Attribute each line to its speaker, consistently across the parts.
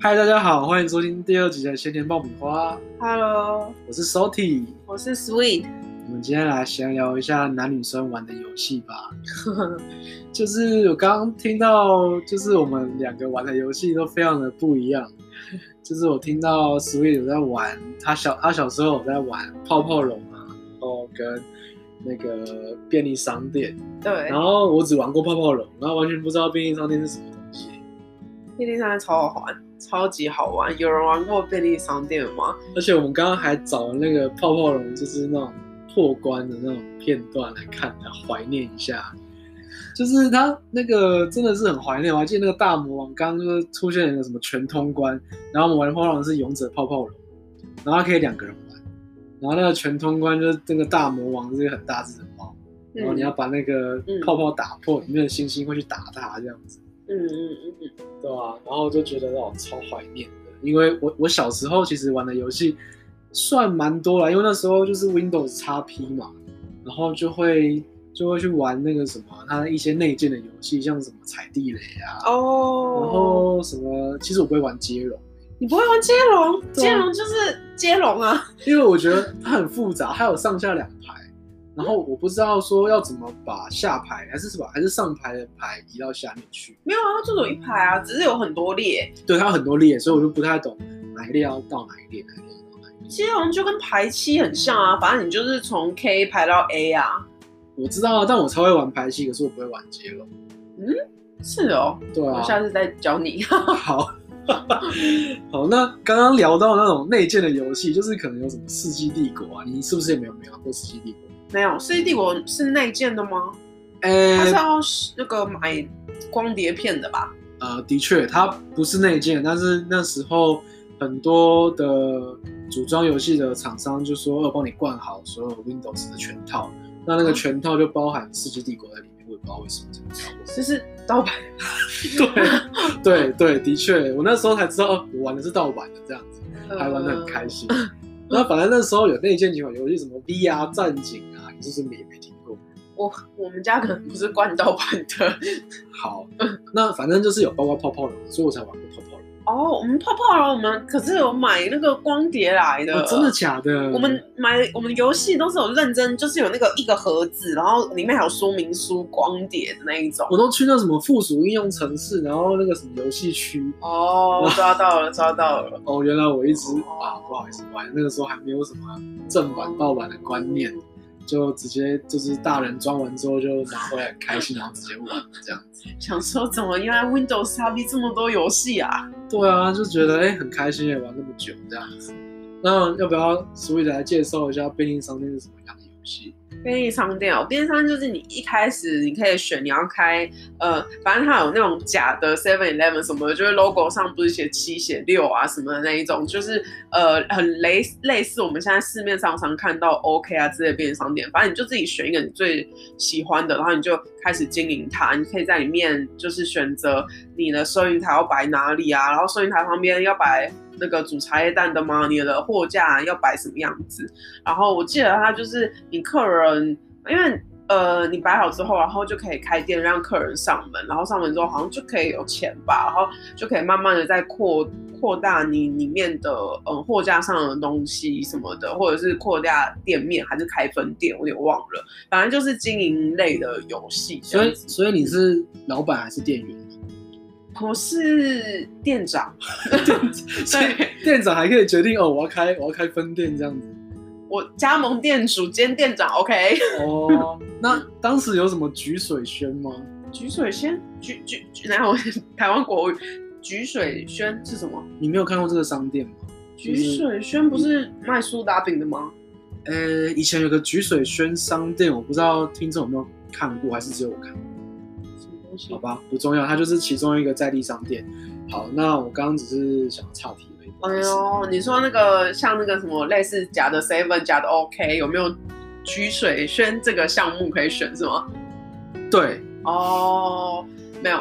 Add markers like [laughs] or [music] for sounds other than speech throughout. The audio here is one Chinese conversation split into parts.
Speaker 1: 嗨，大家好，欢迎收听第二集的闲聊爆米花，
Speaker 2: Hello，
Speaker 1: 我是 Soti。
Speaker 2: 我是 Sweet。
Speaker 1: 我们今天来闲聊一下男女生玩的游戏吧。就是我刚刚听到，就是我们两个玩的游戏都非常的不一样。就是我听到 Sweet 有在玩，他小他小时候有在玩泡泡龙啊，然后跟那个便利商店，
Speaker 2: 对
Speaker 1: 然，后我只玩过泡泡龙，然后完全不知道便利商店是什么东西。
Speaker 2: 便利商店超好玩，超级好玩。有人玩过便利商店吗？
Speaker 1: 而且我们刚刚还找那个泡泡龙，就是那种破关的那种片段来看，来怀念一下。就是他那个真的是很怀念，我还记得那个大魔王刚刚就是出现了一个什么全通关，然后我们玩的泡泡龙是勇者泡泡龙，然后它可以两个人玩，然后那个全通关就是那个大魔王是一个很大只的猫，然
Speaker 2: 嗯
Speaker 1: 后你要把那个泡泡打破，里面的星星会去打它这样子。
Speaker 2: 嗯嗯嗯
Speaker 1: 对啊，然后就觉得哦，超怀念的，因为我我小时候其实玩的游戏算蛮多了，因为那时候就是 Windows XP 嘛，然后就会就会去玩那个什么啊它的一些内建的游戏，像什么踩地雷啊，
Speaker 2: 嗯。哦。
Speaker 1: 然后什么，其实我不会玩接龙，
Speaker 2: 你不会玩接龙？
Speaker 1: 对啊
Speaker 2: 接龙就是接龙啊。
Speaker 1: 因为我觉得它很复杂，它有上下两排，然后我不知道说要怎么把下排还是什么还是上排的牌移到下面去，
Speaker 2: 没有啊，它就有一排啊，只是有很多列。
Speaker 1: 对它有很多列，所以我就不太懂哪一列要到哪一列，哪一列要到哪一列。
Speaker 2: 接龙就跟排七很像啊，反正你就是从 K 排到 A 啊。
Speaker 1: 我知道啊，但我超会玩排戏，可是我不会玩接龙。
Speaker 2: 是哦，
Speaker 1: 对啊
Speaker 2: 我，下次再教你。 [laughs]
Speaker 1: 好， [laughs] 好，那刚刚聊到那种内建的游戏，就是可能有什么《世纪帝国》啊，你是不是也没有没玩过《世纪帝国》？
Speaker 2: 没有，《世纪帝国》是内建的吗？它是
Speaker 1: 呃
Speaker 2: 要那个买光碟片的吧？
Speaker 1: 呃，的确，它不是内建，但是那时候很多的组装游戏的厂商就说哦要帮你灌好所有 Windows 的全套，那
Speaker 2: 嗯
Speaker 1: 那个全套就包含《世纪帝国》在里面，我也不知道为什么这个叫。
Speaker 2: 就是盗版。
Speaker 1: 对对对，的确，我那时候才知道，哦我玩的是盗版的这样子。
Speaker 2: 呃
Speaker 1: 还玩的很开心。
Speaker 2: 嗯
Speaker 1: [laughs] 那反正那时候有那一件几款游戏，什么 VR 战警啊，你是不是也没听过？
Speaker 2: 我我们家可能不是灌盗版的
Speaker 1: 好，
Speaker 2: 嗯
Speaker 1: 那反正就是有包括泡泡龙，所以我才玩过泡泡龙。
Speaker 2: [laughs] 哦，我们泡泡龙我们可是有买那个光碟来的，
Speaker 1: 哦真的。假的？
Speaker 2: 呃我们买我们游戏都是有认真，就是有那个一个盒子，然后里面还有说明书、光碟的那一种。
Speaker 1: 我都去那什么附属应用城市，然后那个什么游戏区。
Speaker 2: 哦，抓到了，抓到了。
Speaker 1: 哦，原来我一直啊，不好意思，我还那个时候还没有什么正版盗版的观念，就直接就是大人装完之后就拿回来很开心，然后直接玩这样。
Speaker 2: [laughs] 想说怎么原来 Windows XP 这么多游戏啊？
Speaker 1: 对啊，就觉得哎、很开心，也玩那么久这样子。那要不要 Switch 来介绍一下便利商店是什么样的游戏？
Speaker 2: 便利商店哦，便利商店就是你一开始你可以选你要开，呃，反正它有那种假的 Seven Eleven 什么的，就是 logo 上不是写七写六啊什么的那一种，就是呃很类类似我们现在市面上常看到 OK 啊之类的便利商店，反正你就自己选一个你最喜欢的，然后你就开始经营它，你可以在里面就是选择你的收银台要摆哪里啊，然后收银台旁边要摆那个煮茶叶蛋的吗？你的货架要摆什么样子？然后我记得他就是你客人，因为呃你摆好之后，然后就可以开店让客人上门，然后上门之后好像就可以有钱吧，然后就可以慢慢的再扩扩大你里面的嗯货架上的东西什么的，或者是扩大店面还是开分店，我有点忘了，反正就是经营类的游戏这
Speaker 1: 所
Speaker 2: 样
Speaker 1: 以，
Speaker 2: 子。
Speaker 1: 所以你是老板还是店员？
Speaker 2: 我是店长，
Speaker 1: 所以店长还可以决定哦，我要开我要开分店这样
Speaker 2: [laughs]
Speaker 1: 子。
Speaker 2: 我加盟店主兼店 [laughs] 长，OK。
Speaker 1: 哦，那当时有什么举水轩吗？
Speaker 2: 菊水仙，菊菊，菊哪有 [laughs] 台湾国语？菊水轩是什么？
Speaker 1: 你没有看过这个商店吗？就
Speaker 2: 菊
Speaker 1: 是
Speaker 2: 水轩不是卖苏打饼的吗？
Speaker 1: 呃，以前有个举水轩商店，我不知道听众有没有看过，还是只有我看过。
Speaker 2: 什么东西
Speaker 1: 好？吧，不重要，它就是其中一个在地商店。好，那我刚刚只是想要岔题而已。不好
Speaker 2: 哎
Speaker 1: 意思
Speaker 2: 呦，你说那个像那个什么类似假的 Seven 假的 OK 有没有菊水轩这个项目可以选是吗？
Speaker 1: 对，
Speaker 2: 哦，没有，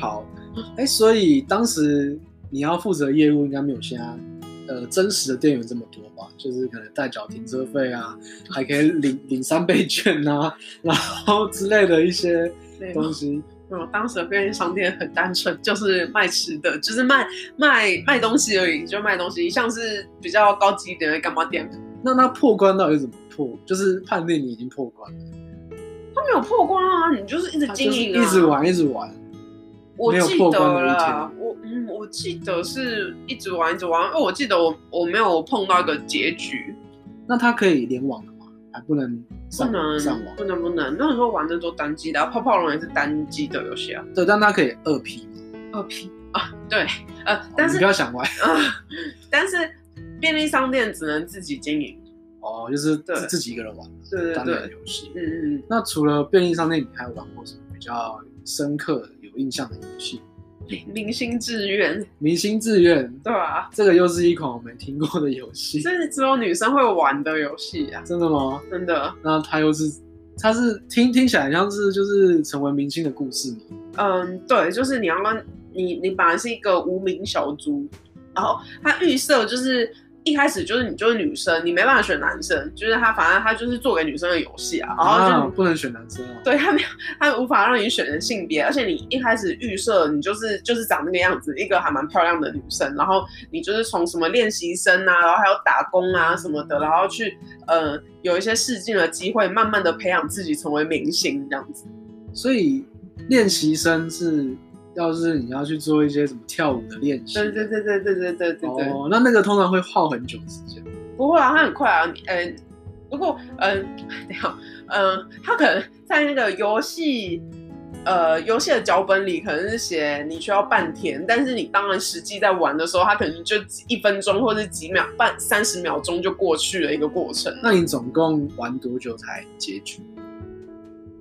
Speaker 1: 好，
Speaker 2: 嗯
Speaker 1: 哎，所以当时你要负责业务，应该没有现在呃真实的店员这么多吧？就是可能代缴停车费
Speaker 2: [laughs]
Speaker 1: 啊， [laughs] 还可以领领三倍券啊，然后之类的一些
Speaker 2: 没有
Speaker 1: 东西。
Speaker 2: 嗯，当时的便利商店很单纯，就是卖吃的，就是卖卖卖东西而已，就卖东西。像是比较高级一点的干妈店，
Speaker 1: 那他破关到底怎么破？就是判定你已经破关了，
Speaker 2: 它没有破光啊，你就是一直
Speaker 1: 他就
Speaker 2: 经
Speaker 1: 是
Speaker 2: 营、啊，
Speaker 1: 一直玩一直玩。
Speaker 2: 我
Speaker 1: 没有
Speaker 2: 记
Speaker 1: 破
Speaker 2: 得
Speaker 1: 关的一
Speaker 2: 啦，我嗯，我记得是一直玩一直玩，因为我记得我我没有碰到一个结局，
Speaker 1: 那他可以联网的吗？还不能
Speaker 2: 不
Speaker 1: 上
Speaker 2: 能
Speaker 1: 上网？
Speaker 2: 不能不能，那时候玩的都单机的啊、泡泡龙也是单机的游戏啊，
Speaker 1: 对，但他可以二 P 嘛。
Speaker 2: 二 P 啊，对，呃，但
Speaker 1: 你
Speaker 2: 是
Speaker 1: 不要想
Speaker 2: [laughs]
Speaker 1: 玩
Speaker 2: 呃，但是便利商店只能自己经营，
Speaker 1: 哦，就是
Speaker 2: 对
Speaker 1: 自自己一个人玩
Speaker 2: 对对
Speaker 1: 单
Speaker 2: 对
Speaker 1: 人，游戏。
Speaker 2: 嗯嗯，
Speaker 1: 那除了便利商店，你还有玩过什么比较深刻、有印象的游戏？
Speaker 2: 明星志愿，
Speaker 1: 明星志愿，
Speaker 2: 对吧、
Speaker 1: 这个又是一款我没听过的游戏，
Speaker 2: 这是只有女生会玩的游戏啊，
Speaker 1: [laughs] 真的吗？
Speaker 2: 真的，
Speaker 1: 那它又是，它是听听起来像是就是成为明星的故事嘛？
Speaker 2: 嗯，对，就是你要你你本来是一个无名小卒，然后他预设就是一开始就是你就是女生，你没办法选男生，就是他反正他就是做给女生的游戏啊，然后就、
Speaker 1: 啊，不能选男生啊。
Speaker 2: [laughs] 对他没有他无法让你选择性别，而且你一开始预设你就是就是长那个样子，一个还蛮漂亮的女生，然后你就是从什么练习生啊，然后还有打工啊什么的，然后去呃有一些试镜的机会，慢慢的培养自己成为明星这样子。
Speaker 1: 所以练习生是，要是你要去做一些什么跳舞的练习，
Speaker 2: 对对对对对对对对对。
Speaker 1: 哦，那那个通常会耗很久时间。
Speaker 2: 不会啊，他很快啊，你嗯、不过嗯、 [laughs] 等一下，嗯、他可能在那个游戏。呃，游戏的脚本里可能是写你需要半天，但是你当然实际在玩的时候，他可能就几一分钟或者几秒、半三十秒钟就过去了一个过程。
Speaker 1: 那你总共玩多久才结局？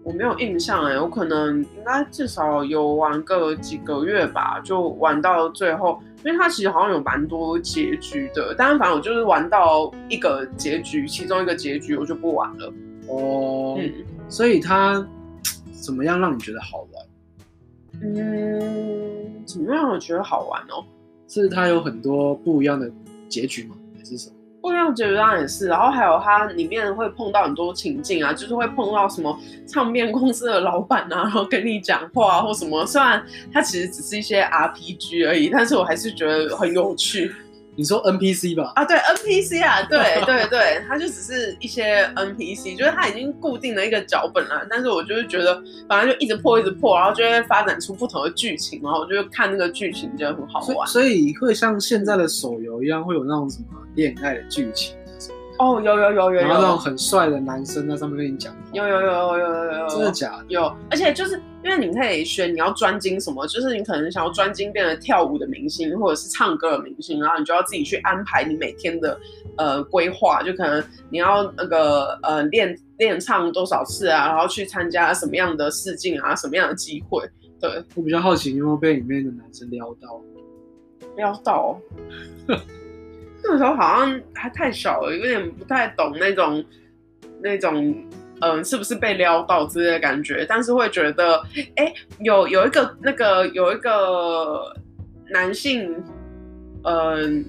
Speaker 2: 我没有印象哎、我可能应该至少有玩个几个月吧，就玩到最后，因为它其实好像有蛮多结局的，但是反正我就是玩到一个结局，其中一个结局我就不玩了。
Speaker 1: 哦，
Speaker 2: 嗯，
Speaker 1: 所以它怎么样让你觉得好玩？
Speaker 2: 嗯，怎么样？我觉得好玩哦。
Speaker 1: 是它有很多不一样的结局吗？还是什么？
Speaker 2: 不一样的结局当然也是，然后还有它里面会碰到很多情境啊，就是会碰到什么唱片公司的老板啊，然后跟你讲话、啊、或什么。虽然它其实只是一些 RPG 而已，但是我还是觉得很有趣
Speaker 1: 你说 NPC 吧？
Speaker 2: 啊。对 NPC 啊，对对对，它就只是一些 NPC，就是它已经固定了一个脚本了、但是我就是觉得，反正就一直破一直破，然后就会发展出不同的剧情，然后我就会看那个剧情觉得很好啊
Speaker 1: 所以
Speaker 2: 玩。
Speaker 1: 所以会像现在的手游一样，会有那种什么恋爱的剧情，
Speaker 2: 哦，有有有有有。
Speaker 1: 然后那种很帅的男生在上面跟你讲话，
Speaker 2: 有有有有有有
Speaker 1: 真
Speaker 2: 有
Speaker 1: 的
Speaker 2: 有
Speaker 1: 假的？
Speaker 2: 有，而且就是因为你可以选你要专精什么，就是你可能想要专精变成跳舞的明星，或者是唱歌的明星，然后你就要自己去安排你每天的呃规划，就可能你要那个呃练练唱多少次啊，然后去参加什么样的试镜啊，什么样的机会，对，
Speaker 1: 我比较好奇，你有没有被里面的男生撩到？
Speaker 2: 料到。那时候好像还太小了，有点不太懂那种那种嗯，是不是被撩到之类的感觉，但是会觉得，哎、有有一个那个有一个男性，嗯、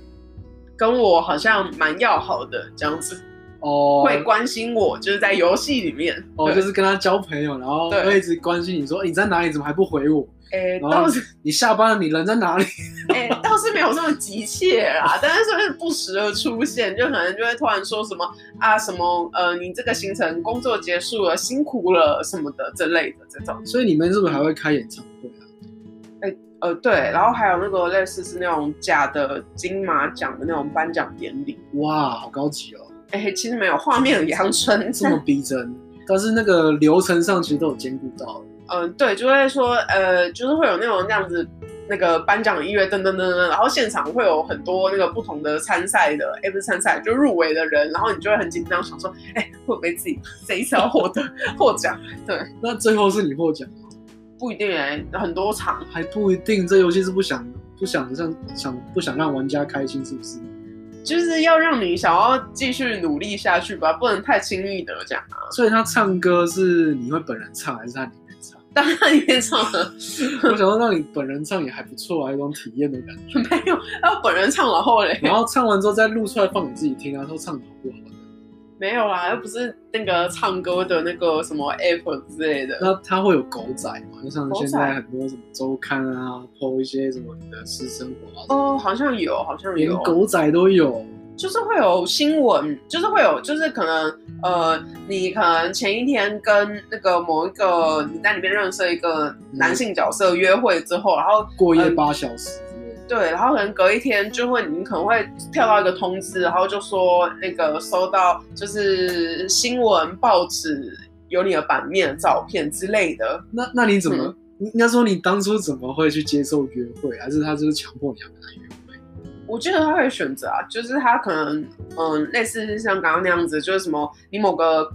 Speaker 2: 跟我好像蛮要好的这样子，
Speaker 1: 哦，
Speaker 2: 会关心我，就是在游戏里面，
Speaker 1: 哦，
Speaker 2: 对
Speaker 1: 就是跟他交朋友，然后
Speaker 2: 对
Speaker 1: 会一直关心你说、欸你在哪里，怎么还不回我？
Speaker 2: 哎、
Speaker 1: 然
Speaker 2: 倒
Speaker 1: 后
Speaker 2: 是
Speaker 1: 你下班了，你人在哪里？ [laughs]
Speaker 2: 哎、倒是没有这么急切啦，但是就是不时的出现，就可能就会突然说什么啊什么呃，你这个行程工作结束了，辛苦了什么的之类的这种。
Speaker 1: 所以你们是不是还会开演唱会啊？
Speaker 2: 呃，对，然后还有那个类似是那种假的金马奖的那种颁奖典礼。
Speaker 1: 哇，好高级哦，
Speaker 2: 哎、其实没有画面很阳春，
Speaker 1: 这么逼真。但是那个流程上其实都有兼顾到，
Speaker 2: 嗯、对，就会说呃，就是会有那种那样子那个颁奖音乐噔噔噔噔，然后现场会有很多那个不同的参赛的，哎、不是参赛，就入围的人，然后你就会很紧张，想说，哎、会不会自己这一次要获得 [laughs] 获奖？
Speaker 1: 那最后是你获奖，
Speaker 2: 不一定哎、很多场
Speaker 1: 还不一定。这游戏是不想不想让想不想让玩家开心，是不是？
Speaker 2: 就是要让你想要继续努力下去吧，不能太轻易的这样。
Speaker 1: 所以他唱歌是你会本人唱还是他里面唱？ [laughs]
Speaker 2: 当然演唱了。 [laughs]
Speaker 1: 我想说让你本人唱也还不错啊，有一种体验的感觉。
Speaker 2: 没有，他本人唱然后嘞，
Speaker 1: 然后唱完之后再录出来放给自己听啊，说唱的好不好？
Speaker 2: 没没有啦，又不是那个唱歌的那个什么 app 之类的。
Speaker 1: 那它会有狗仔嘛？就像
Speaker 2: 狗仔
Speaker 1: 现在很多什么周刊啊，剖一些什么你的私生活啊，
Speaker 2: 哦，好像有，好像
Speaker 1: 连
Speaker 2: 有，
Speaker 1: 狗仔都有。
Speaker 2: 就是会有新闻，就是会有，就是可能呃，你可能前一天跟那个某一个你在里面认识了一个男性角色约会之后，然后
Speaker 1: 过夜八小时之类的。
Speaker 2: 对，然后可能隔一天就会，你可能会跳到一个通知，然后就说那个收到就是新闻报纸有你的版面的照片之类的。
Speaker 1: 那那你怎么？
Speaker 2: 嗯
Speaker 1: 你应该说你当初怎么会去接受约会？啊还是他就是强迫你要跟他约会？
Speaker 2: 我觉得他会选择啊，就是他可能嗯，类似像刚刚那样子，就是什么你某个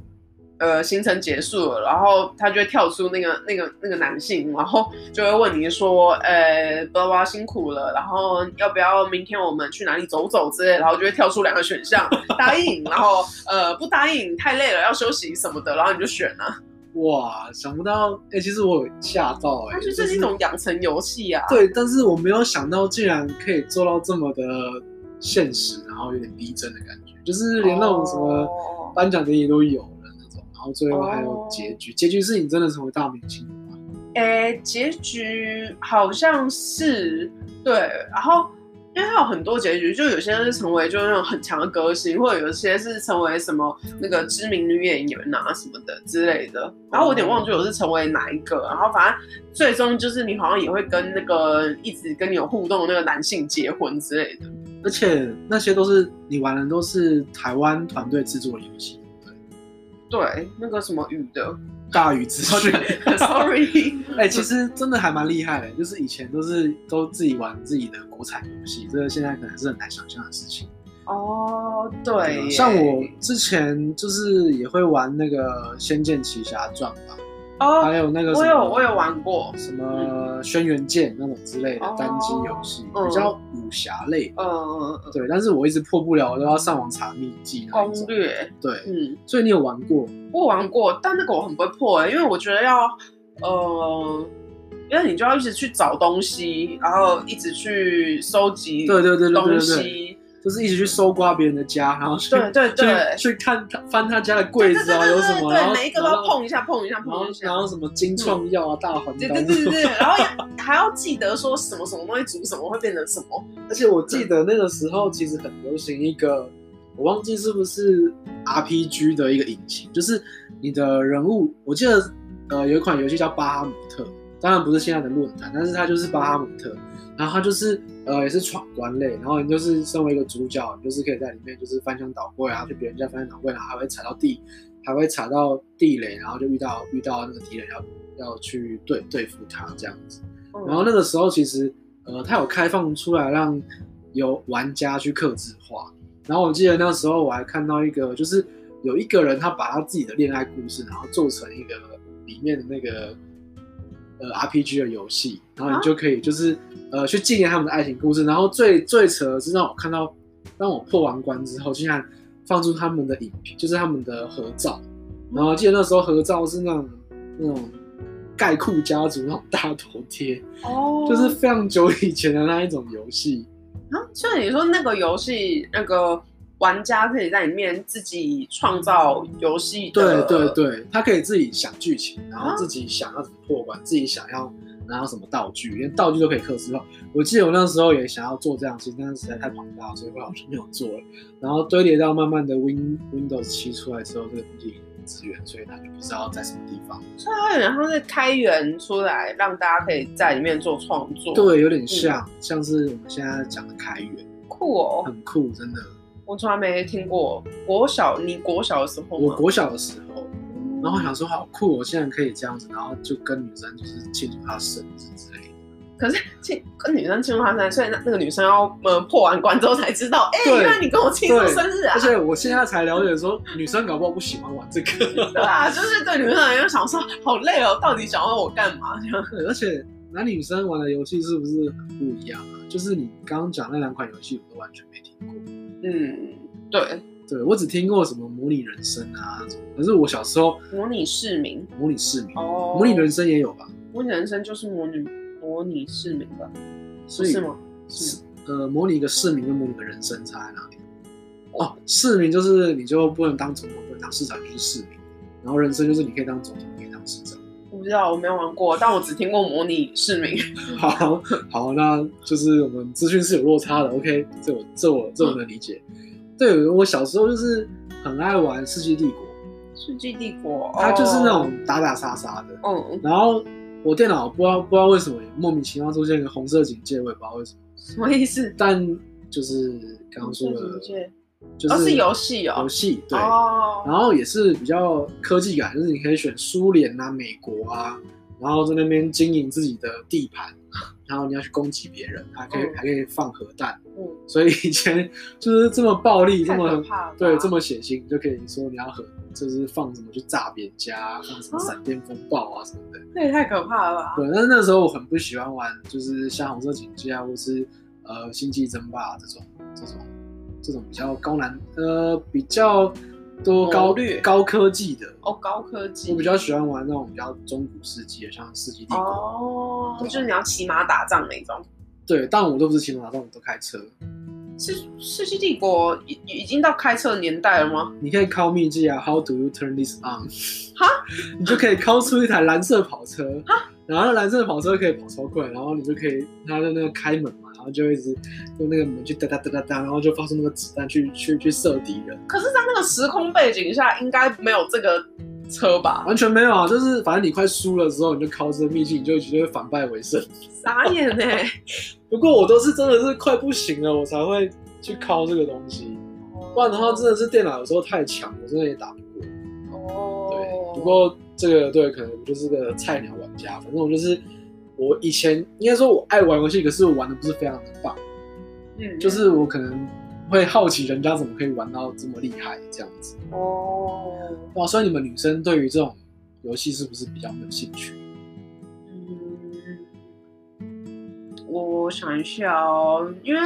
Speaker 2: 呃行程结束了，然后他就会跳出那个那个那个男性，然后就会问你说，呃，巴拉巴拉辛苦了，然后要不要明天我们去哪里走走之类的，然后就会跳出两个选项， [laughs] 答应，然后呃不答应，太累了要休息什么的，然后你就选啊，
Speaker 1: 哇，想不到！哎、其实我有吓到哎、
Speaker 2: 它就
Speaker 1: 就是
Speaker 2: 一种养成游戏啊。
Speaker 1: 对，但是我没有想到竟然可以做到这么的现实，然后有点逼真的感觉，就是连那种什么
Speaker 2: 哦
Speaker 1: 颁奖典礼都有了那种，然后最后还有结局，结局是你真的成为大明星吗？
Speaker 2: 诶，结局好像是对，然后因为它有很多结局，就有些是成为就是那种很强的歌星，或者有些是成为什么那个知名女演员啊什么的之类的。然后我有点忘记我是成为哪一个，然后反正最终就是你好像也会跟那个一直跟你有互动的那个男性结婚之类的。
Speaker 1: 而且那些都是你玩的都是台湾团队制作的游戏，对
Speaker 2: 对，那个什么雨的
Speaker 1: 大禹之后就。
Speaker 2: [laughs] ，sorry，
Speaker 1: [laughs] 哎、其实真的还蛮厉害的，就是以前都是都自己玩自己的国产游戏，这个现在可能是很难想象的事情。
Speaker 2: 哦，
Speaker 1: 对
Speaker 2: 对
Speaker 1: 啊
Speaker 2: 耶，
Speaker 1: 像我之前就是也会玩那个《仙剑奇侠传》吧，还
Speaker 2: 哦，
Speaker 1: 有那个什
Speaker 2: 我
Speaker 1: 么
Speaker 2: 有我有玩过，
Speaker 1: 什么《轩辕剑》那种之类的
Speaker 2: 哦
Speaker 1: 单机游戏，
Speaker 2: 嗯
Speaker 1: 比较武侠类。
Speaker 2: 嗯嗯嗯，
Speaker 1: 对，但是我一直破不了，我都要上网查秘籍那一
Speaker 2: 攻
Speaker 1: 种。
Speaker 2: 略。
Speaker 1: 对，
Speaker 2: 嗯，
Speaker 1: 所以你有玩过？
Speaker 2: 我玩过，但那个我很不会破、欸，因为我觉得要，呃，因为你就要一直去找东西，然后一直去收集
Speaker 1: 对对对对对
Speaker 2: 东
Speaker 1: 对对，
Speaker 2: 西，
Speaker 1: 就是一直去搜刮别人的家，然后去
Speaker 2: 对对对
Speaker 1: 去去看他翻他家的柜子啊，有什么，然
Speaker 2: 对，
Speaker 1: 后
Speaker 2: 每一个都要碰一下，碰一下，
Speaker 1: 然后
Speaker 2: 碰一下
Speaker 1: 然。后什么金创药啊、大环
Speaker 2: 对
Speaker 1: 丹
Speaker 2: 对，对对对，然后要还要记得说什么什么东西煮什么会变成什么，
Speaker 1: 而且我记得那个时候其实很流行一个，我忘记是不是 RPG 的一个引擎，就是你的人物，我记得呃有一款游戏叫巴哈姆特，当然不是现在的论坛，但是它就是巴哈姆特，然后它就是呃也是闯关类，然后你就是身为一个主角，你就是可以在里面就是翻箱倒柜啊，去别人家翻箱倒柜，然后还会踩到地，还会踩到地雷，然后就遇到遇到那个敌人要要去对对付他这样子。
Speaker 2: 嗯
Speaker 1: 然后那个时候其实呃，它有开放出来让有玩家去克制化。然后我记得那时候我还看到一个，就是有一个人他把他自己的恋爱故事，然后做成一个里面的那个呃 RPG 的游戏，然后你就可以就是、呃去纪念他们的爱情故事。然后最最扯的是让我看到，让我破完关之后，竟然放出他们的影片，就是他们的合照。然后记得那时候合照是那种那种盖库家族那种大头贴，
Speaker 2: 哦
Speaker 1: 就是非常久以前的那一种游戏。
Speaker 2: 啊，所以你说那个游戏那个玩家可以在里面自己创造游
Speaker 1: [laughs]
Speaker 2: 戏
Speaker 1: 对
Speaker 2: 的，
Speaker 1: 对对，呃他可以自己想剧情，然后自己想要怎么破关，自己想要拿到什么道具，连道具都可以克制化。我记得我那时候也想要做这样的事情，但是实在太庞大了，所以后来我就没有做了。然后堆叠到慢慢的 Win Windows 七出来之后，这个东西有资源，所以它就不知道在什么地方。
Speaker 2: 所以它有点像是开源出来，让大家可以在里面做创作。，
Speaker 1: 对，有点像、像是我们现在讲的开源，
Speaker 2: 酷哦，
Speaker 1: 很酷，真的。
Speaker 2: 我从来没听过。国小，你国小的时候
Speaker 1: 我
Speaker 2: 吗？
Speaker 1: 国小的时候，
Speaker 2: 嗯
Speaker 1: 然后我想说好酷，我竟然可以这样子，然后就跟女生就是庆祝她生日之类的。
Speaker 2: 可是亲跟女生庆祝她生日，所以那那个女生要呃破完关之后才知道，哎、
Speaker 1: 对
Speaker 2: 原来你跟我庆祝
Speaker 1: 对
Speaker 2: 生日啊
Speaker 1: 而！且我现在才了解说，女生搞不好不喜欢玩这个， [laughs]
Speaker 2: 对啊，就是对女生来讲，想说好累哦，到底想要我干嘛？这样
Speaker 1: 对而且男女生玩的游戏是不是很不一样啊？就是你刚刚讲那两款游戏，我都完全没听过。
Speaker 2: 嗯，对，
Speaker 1: 对我只听过什么模拟人生啊那种，可是我小时候
Speaker 2: 模拟市民
Speaker 1: 模拟市民，
Speaker 2: 哦，
Speaker 1: 模拟人生也有吧？
Speaker 2: 模拟人生就是模拟模拟市民吧？不
Speaker 1: 所以
Speaker 2: 是吗？
Speaker 1: 是呃，模拟一个市民跟模拟一个人生差在哪里？哦，市民就是你就不能当总统，不能当市长，就是市民。然后人生就是你可以当总统，可以当市长。
Speaker 2: 我不知道，我没有玩过，但我只听过模拟市民。
Speaker 1: 好好，那就是我们资讯是有落差的。OK，这我这我这我能理解。对我小时候就是很爱玩《世纪帝国》，
Speaker 2: 世纪帝国，
Speaker 1: 它就是那
Speaker 2: 哦
Speaker 1: 种打打杀杀的。
Speaker 2: 嗯，
Speaker 1: 然后我电脑不知道不知道为什么莫名其妙出现一个红色警戒，我也不知道为什么。
Speaker 2: 什么意思？
Speaker 1: 但就是刚刚说的，就
Speaker 2: 哦，是
Speaker 1: 是
Speaker 2: 游戏哦
Speaker 1: 游，戏对。
Speaker 2: 哦，
Speaker 1: 然后也是比较科技感，就是你可以选苏联啊、美国啊，然后在那边经营自己的地盘，然后你要去攻击别人，还可以、
Speaker 2: 嗯
Speaker 1: 还可以放核弹，
Speaker 2: 嗯，
Speaker 1: 所以以前 [laughs] 就是这么暴力，这
Speaker 2: 太可
Speaker 1: 么
Speaker 2: 怕了吧，
Speaker 1: 对这么血腥，你就可以说你要核，就是放什么去炸别人家啊，放什么闪电风暴啊什么的。
Speaker 2: 这也太可怕了吧？
Speaker 1: 对，但是那时候我很不喜欢玩，就是像红色警戒啊，或是呃星际争霸这种这种这种比较高难呃比较多高
Speaker 2: 谋哦略
Speaker 1: 高科技的。
Speaker 2: 哦，高科技，
Speaker 1: 我比较喜欢玩那种比较中古世纪的，像《世纪帝国》
Speaker 2: 哦，就是你要骑马打仗那种。
Speaker 1: 对，但我都不是骑马，但我都开车。
Speaker 2: 是世纪帝国已已经到开车的年代了吗？
Speaker 1: 你可以靠秘技啊，How do you turn this on？
Speaker 2: 哈，
Speaker 1: 你就可以靠出一台蓝色跑车，然后那蓝色跑车可以跑超快，然后你就可以它的那个开门嘛，然后就一直用那个门去哒哒哒哒哒，然后就发出那个子弹去去去射敌人，
Speaker 2: 可是，在那个时空背景下，应该没有这个车吧？
Speaker 1: 完全没有啊，就是反正你快输了之后，你就靠这个秘技，你就觉得反败为胜。
Speaker 2: 傻眼呢、
Speaker 1: 欸不过我都是真的是快不行了，我才会去靠这个东西。不然的话，真的是电脑有时候太强，我真的也打不过。
Speaker 2: 哦
Speaker 1: 对，，不过这个对，可能我就是个菜鸟玩家。反正我就是，我以前应该说我爱玩游戏，可是我玩的不是非常的棒，
Speaker 2: 嗯，
Speaker 1: 就是我可能会好奇人家怎么可以玩到这么厉害这样子。
Speaker 2: 哦，
Speaker 1: 哇，所以你们女生对于这种游戏是不是比较没有兴趣？
Speaker 2: 嗯，我想一下哦，因为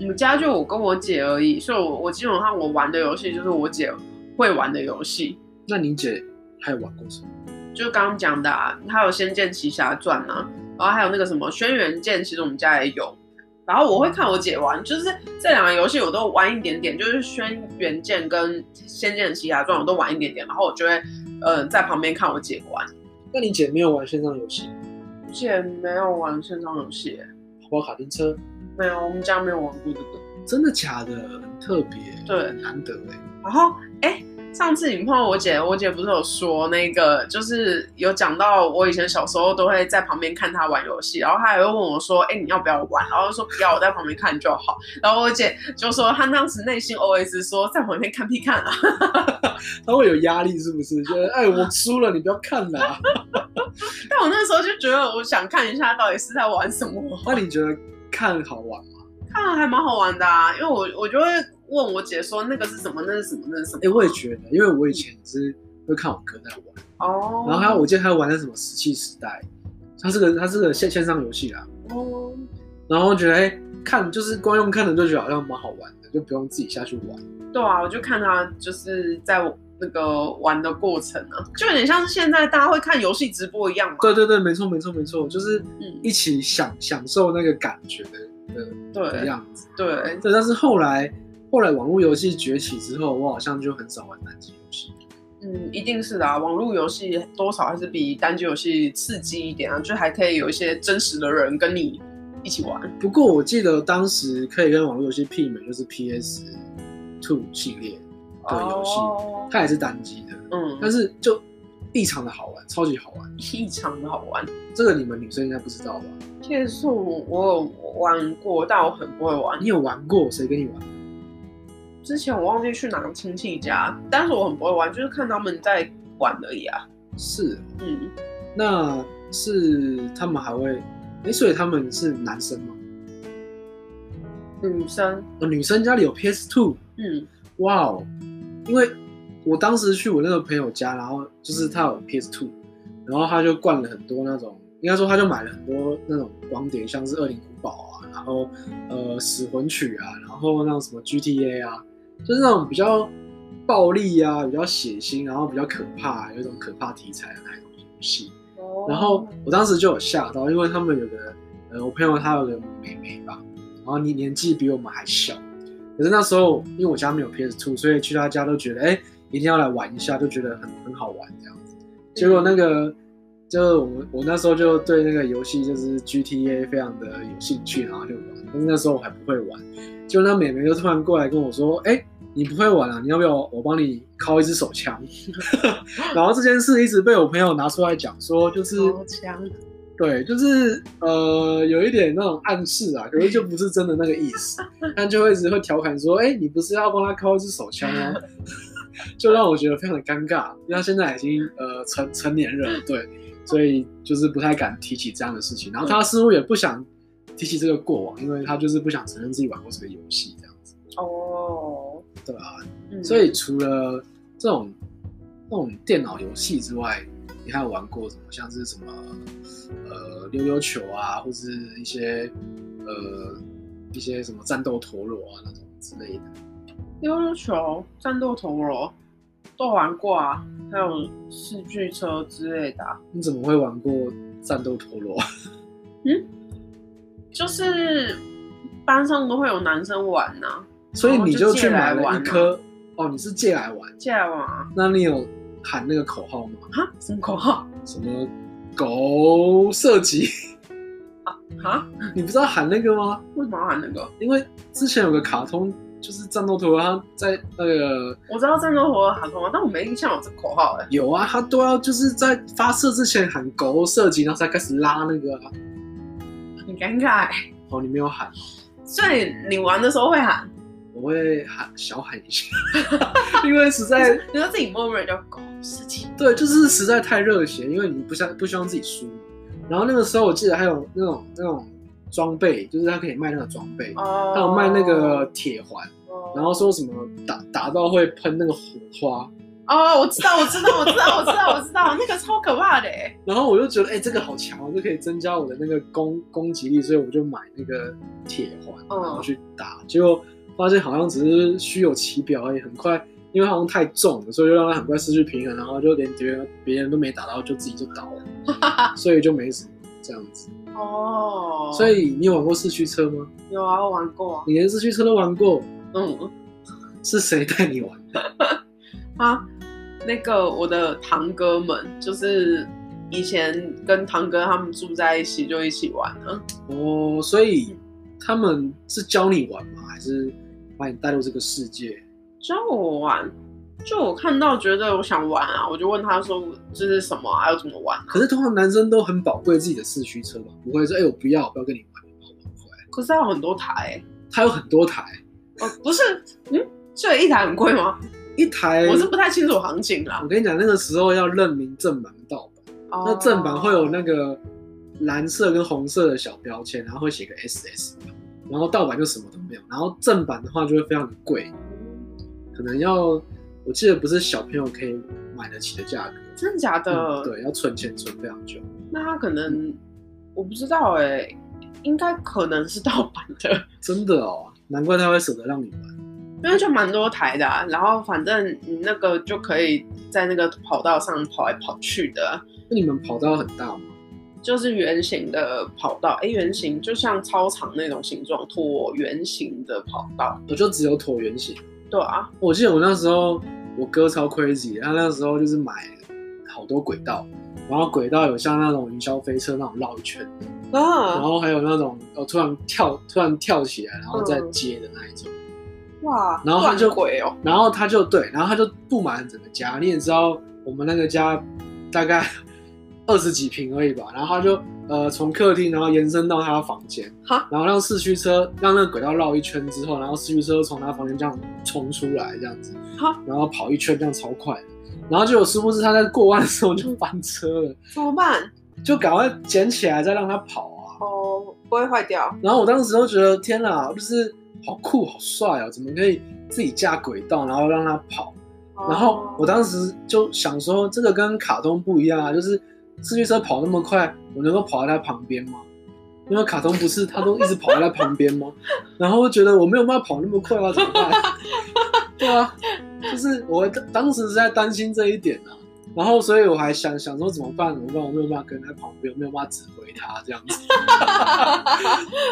Speaker 2: 我们家就我跟我姐而已，所以我我基本上我玩的游戏就是我姐会玩的游戏，
Speaker 1: 那你姐还有玩过什么？
Speaker 2: 就刚刚讲的、啊，还有《仙剑奇侠传》啊，然后还有那个什么《轩辕剑》，其实我们家也有。然后我会看我姐玩，就是这两个游戏我都玩一点点，就是《轩辕剑》跟《仙剑奇侠传》我都玩一点点，然后我就会呃在旁边看我姐玩。
Speaker 1: 那你姐没有玩线上游戏，
Speaker 2: 我姐没有玩线上游戏耶，
Speaker 1: 跑跑卡丁车，
Speaker 2: 没有，我们家没有玩过这个。
Speaker 1: 真的假的？很特别，
Speaker 2: 对
Speaker 1: 很难得哎。
Speaker 2: 然后，哎，上次你碰到我姐，我姐不是有说那个，就是有讲到我以前小时候都会在旁边看她玩游戏，然后她还会问我说，哎，你要不要玩？然后我就说不要，我在旁边看就好。然后我姐就说，她当时内心 OS 说，在旁边看屁看啊，
Speaker 1: 她会有压力是不是？觉得哎，我输了，你不要看
Speaker 2: [laughs]
Speaker 1: 啦。
Speaker 2: 但我那时候就觉得，我想看一下到底是在玩什么，
Speaker 1: 那你觉得看好玩吗？
Speaker 2: 看了还蛮好玩的啊，因为我我就会问我姐说，那个是什么，那是什么，那是什么
Speaker 1: 哎、。我也觉得，因为我以前也是会看我哥在玩，
Speaker 2: 哦，
Speaker 1: 然后他我记得他玩的什么《石器时代》，他是个他是个线线上游戏啦，
Speaker 2: 哦，
Speaker 1: 然后觉得哎、诶看就是光用看的就觉得好像蛮好玩的，就不用自己下去玩。
Speaker 2: 对啊，我就看他就是在那个玩的过程啊，就有点像是现在大家会看游戏直播一样嘛。
Speaker 1: 对对对，没错没错没错，就是
Speaker 2: 嗯，
Speaker 1: 一起享享受那个感觉的的的
Speaker 2: 对
Speaker 1: 样子。
Speaker 2: 对，
Speaker 1: 对，啊但是后来后来网络游戏崛起之后，我好像就很少玩单机游戏。
Speaker 2: 嗯，一定是的啊。网络游戏多少还是比单机游戏刺激一点啊，就还可以有一些真实的人跟你一起玩。
Speaker 1: 不过我记得当时可以跟网络游戏媲美，就是 PS Two 系列的游戏。
Speaker 2: 哦
Speaker 1: 它也是单机的，但
Speaker 2: 嗯，
Speaker 1: 是就异常的好玩，超级好玩。
Speaker 2: 异常的好玩。
Speaker 1: 这个你们女生应该不知道吧？
Speaker 2: 剑术我有玩过，但我很不会玩。
Speaker 1: 你有玩过？谁跟你玩？
Speaker 2: 之前我忘记去哪个亲戚家，但是我很不会玩，就是看他们在玩而已啊。
Speaker 1: 是哦，
Speaker 2: 嗯，
Speaker 1: 那是他们还会，哎、所以他们是男生吗？
Speaker 2: 女生，
Speaker 1: 哦，女生家里有 PS Two，
Speaker 2: 嗯
Speaker 1: 哇哦！因为我当时去我那个朋友家，然后就是他有 PS Two，然后他就灌了很多那种，应该说他就买了很多那种光碟，像是《恶灵古堡》啊，然后呃《死魂曲》啊，然后那种什么 GTA 啊，就是那种比较暴力啊、比较血腥，然后比较可怕、有一种可怕题材的那种游戏。
Speaker 2: 哦
Speaker 1: 然后我当时就有吓到，因为他们有个呃，我朋友他有个妹妹吧，然后你年纪比我们还小，可是那时候因为我家没有 PS Two，所以去他家都觉得哎、一定要来玩一下，就觉得很很好玩这样子。结果那个就我我那时候就对那个游戏就是 GTA 非常的有兴趣，然后就玩。但是那时候我还不会玩，就那美眉就突然过来跟我说：“哎、你不会玩啊？你要不要我帮你敲一支手枪？” [laughs] 然后这件事一直被我朋友拿出来讲，说就是
Speaker 2: 超强，
Speaker 1: 对，就是呃，有一点那种暗示啊，可是就不是真的那个意思，但就会一直会调侃说，哎、你不是要帮他敲一支手枪吗？ [laughs] 就让我觉得非常的尴尬，因为他现在已经呃成成年人了，对，所以就是不太敢提起这样的事情。然后他似乎也不想提起这个过往，因为他就是不想承认自己玩过这个游戏这样子，
Speaker 2: 哦，
Speaker 1: 对啊。
Speaker 2: 嗯
Speaker 1: 所以除了这种那种电脑游戏之外，你还有玩过什么？像是什么呃溜溜球啊，或是一些呃一些什么战斗陀螺啊那种之类的。
Speaker 2: 溜溜球、战斗陀螺都玩过啊，还有四驱车之类的啊、
Speaker 1: 你怎么会玩过战斗陀螺？ [laughs]
Speaker 2: 就是班上都会有男生玩啊呐、
Speaker 1: 所以你
Speaker 2: 哦就
Speaker 1: 去
Speaker 2: 借
Speaker 1: 买
Speaker 2: 来
Speaker 1: 了一
Speaker 2: 玩啊
Speaker 1: 颗哦，你是借来玩？
Speaker 2: 借来玩啊？
Speaker 1: 那你有喊那个口号吗？
Speaker 2: 哈，什么口号？
Speaker 1: 什么狗射击？
Speaker 2: 哈？
Speaker 1: 你不知道喊那个吗？
Speaker 2: 为什么要喊那个？
Speaker 1: 因为之前有个卡通，就是战斗陀螺，它在那个
Speaker 2: 我知道战斗陀螺喊口号，但我没印象有这口号哎、
Speaker 1: 有啊，他都要就是在发射之前喊“狗射击”，然后才开始拉那个、啊。
Speaker 2: 很尴尬哎、
Speaker 1: 哦，你没有喊，
Speaker 2: 所以你玩的时候会喊，
Speaker 1: 我会喊小喊一下， [laughs] 因为实在
Speaker 2: 你说自己默默就狗事情。
Speaker 1: 对，就是实在太热血，因为你不想不希望自己输嘛。然后那个时候我记得还有那种那种装备，就是他可以卖那个装备，
Speaker 2: 哦
Speaker 1: 还有卖那个，铁环，
Speaker 2: 哦
Speaker 1: 然后说什么打打到会喷那个火花，
Speaker 2: 哦，我知道，我知道，我知道，我知道，我知道，那个超可怕的哎、
Speaker 1: 然后我就觉得哎、这个好强哦，这可以增加我的那个攻攻击力，所以我就买那个铁环，然
Speaker 2: 嗯
Speaker 1: 后去打，结果发现好像只是虚有其表而已，很快因为好像太重了，所以就让他很快失去平衡，然后就连别人别人都没打到，就自己就倒了，
Speaker 2: [laughs]
Speaker 1: 所以就没什么这样子。
Speaker 2: 哦，
Speaker 1: 所以你有玩过四驱车吗？
Speaker 2: 有啊，我玩过啊，
Speaker 1: 你连四驱车都玩过，
Speaker 2: 嗯
Speaker 1: 是谁带你玩的？
Speaker 2: 啊，那个我的堂哥们就是以前跟堂哥他们住在一起，就一起玩啊。
Speaker 1: 哦，所以他们是教你玩吗？还是把你带入这个世界？
Speaker 2: 教我玩，就我看到觉得我想玩啊，我就问他说这是什么啊，要怎么玩啊、
Speaker 1: 可是通常男生都很宝贵自己的四驱车嘛，不会说哎、我不要，我不要跟你玩，我玩回来。
Speaker 2: 可是他有很多台、欸，
Speaker 1: 它有很多台，
Speaker 2: 哦，不是，嗯，这一台很贵吗？
Speaker 1: 一台
Speaker 2: 我是不太清楚行情啦
Speaker 1: 我。跟你讲，那个时候要认明正版盗版，
Speaker 2: 哦
Speaker 1: 那正版会有那个蓝色跟红色的小标签，然后会写个 SS，然后盗版就什么都没有，然后正版的话就会非常的贵，可能要我记得不是小朋友可以买得起的价格。
Speaker 2: 真的假的？
Speaker 1: 嗯，对，要存钱存非常久。
Speaker 2: 那他可能我不知道哎、应该可能是盗版的，
Speaker 1: 真的哦，难怪他会舍得让你玩。
Speaker 2: 因为就蛮多台的、啊，然后反正你那个就可以在那个跑道上跑来跑去的啊，
Speaker 1: 那你们跑道很大吗？
Speaker 2: 就是圆形的跑道，哎，圆形就像操场那种形状，椭圆形的跑道，
Speaker 1: 我就只有椭圆形。
Speaker 2: 对啊，
Speaker 1: 我记得我那时候我哥超 crazy，他那时候就是买好多轨道，然后轨道有像那种云霄飞车那种绕一圈，然
Speaker 2: 啊，
Speaker 1: 后还有那种哦突然跳突然跳起来然后再接的那一种，
Speaker 2: 哇，
Speaker 1: 然后他
Speaker 2: 断
Speaker 1: 就
Speaker 2: 轨哦，
Speaker 1: 然后他就对，然后他就布满了整个家。你也知道我们那个家大概 [laughs] 二十几平而已吧，然后他就呃从客厅然后延伸到他的房间
Speaker 2: 哈，
Speaker 1: 然后让四驱车让那个轨道绕一圈之后，然后四驱车从他房间这样冲出来这样子。
Speaker 2: 哈，
Speaker 1: 然后跑一圈，这样超快的。然后结果殊不知他在过弯的时候就翻车了，
Speaker 2: 怎么办？
Speaker 1: 就赶快捡起来再让他跑啊。
Speaker 2: 哦，不会坏掉，
Speaker 1: 然后我当时都觉得天哪，就是好酷好帅哦，怎么可以自己架轨道，然后让他跑？
Speaker 2: 哦
Speaker 1: 然后我当时就想说，这个跟卡通不一样啊，就是四驱车跑那么快，我能够跑在他旁边吗？因为卡通不是他都一直跑在他旁边吗？然后我觉得我没有办法跑那么快啊，怎么办？对啊，就是我当当时是在担心这一点啊。然后所以我还想想说怎么办怎么办，我没有办法跟在旁边，我没有办法指挥他这样子， [laughs]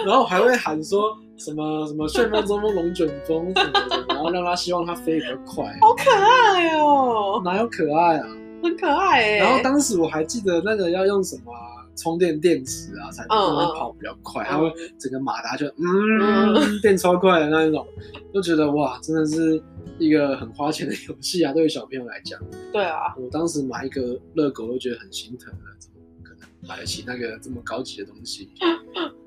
Speaker 1: 然后我还会喊说什么什么旋风中风龙卷风什么的，然后让他希望他飞得比较快，啊
Speaker 2: 好可爱哦，
Speaker 1: 哪有可爱啊？
Speaker 2: 很可爱哎。
Speaker 1: 然后当时我还记得那个要用什么啊、充电电池啊，才能让它跑比较快，它会整个马达就嗯变超快的那一种，就觉得哇，真的是一个很花钱的游戏啊，对于小朋友来讲。
Speaker 2: 对啊，
Speaker 1: 我当时买一个热狗都觉得很心疼了，怎么可能买得起那个这么高级的东西？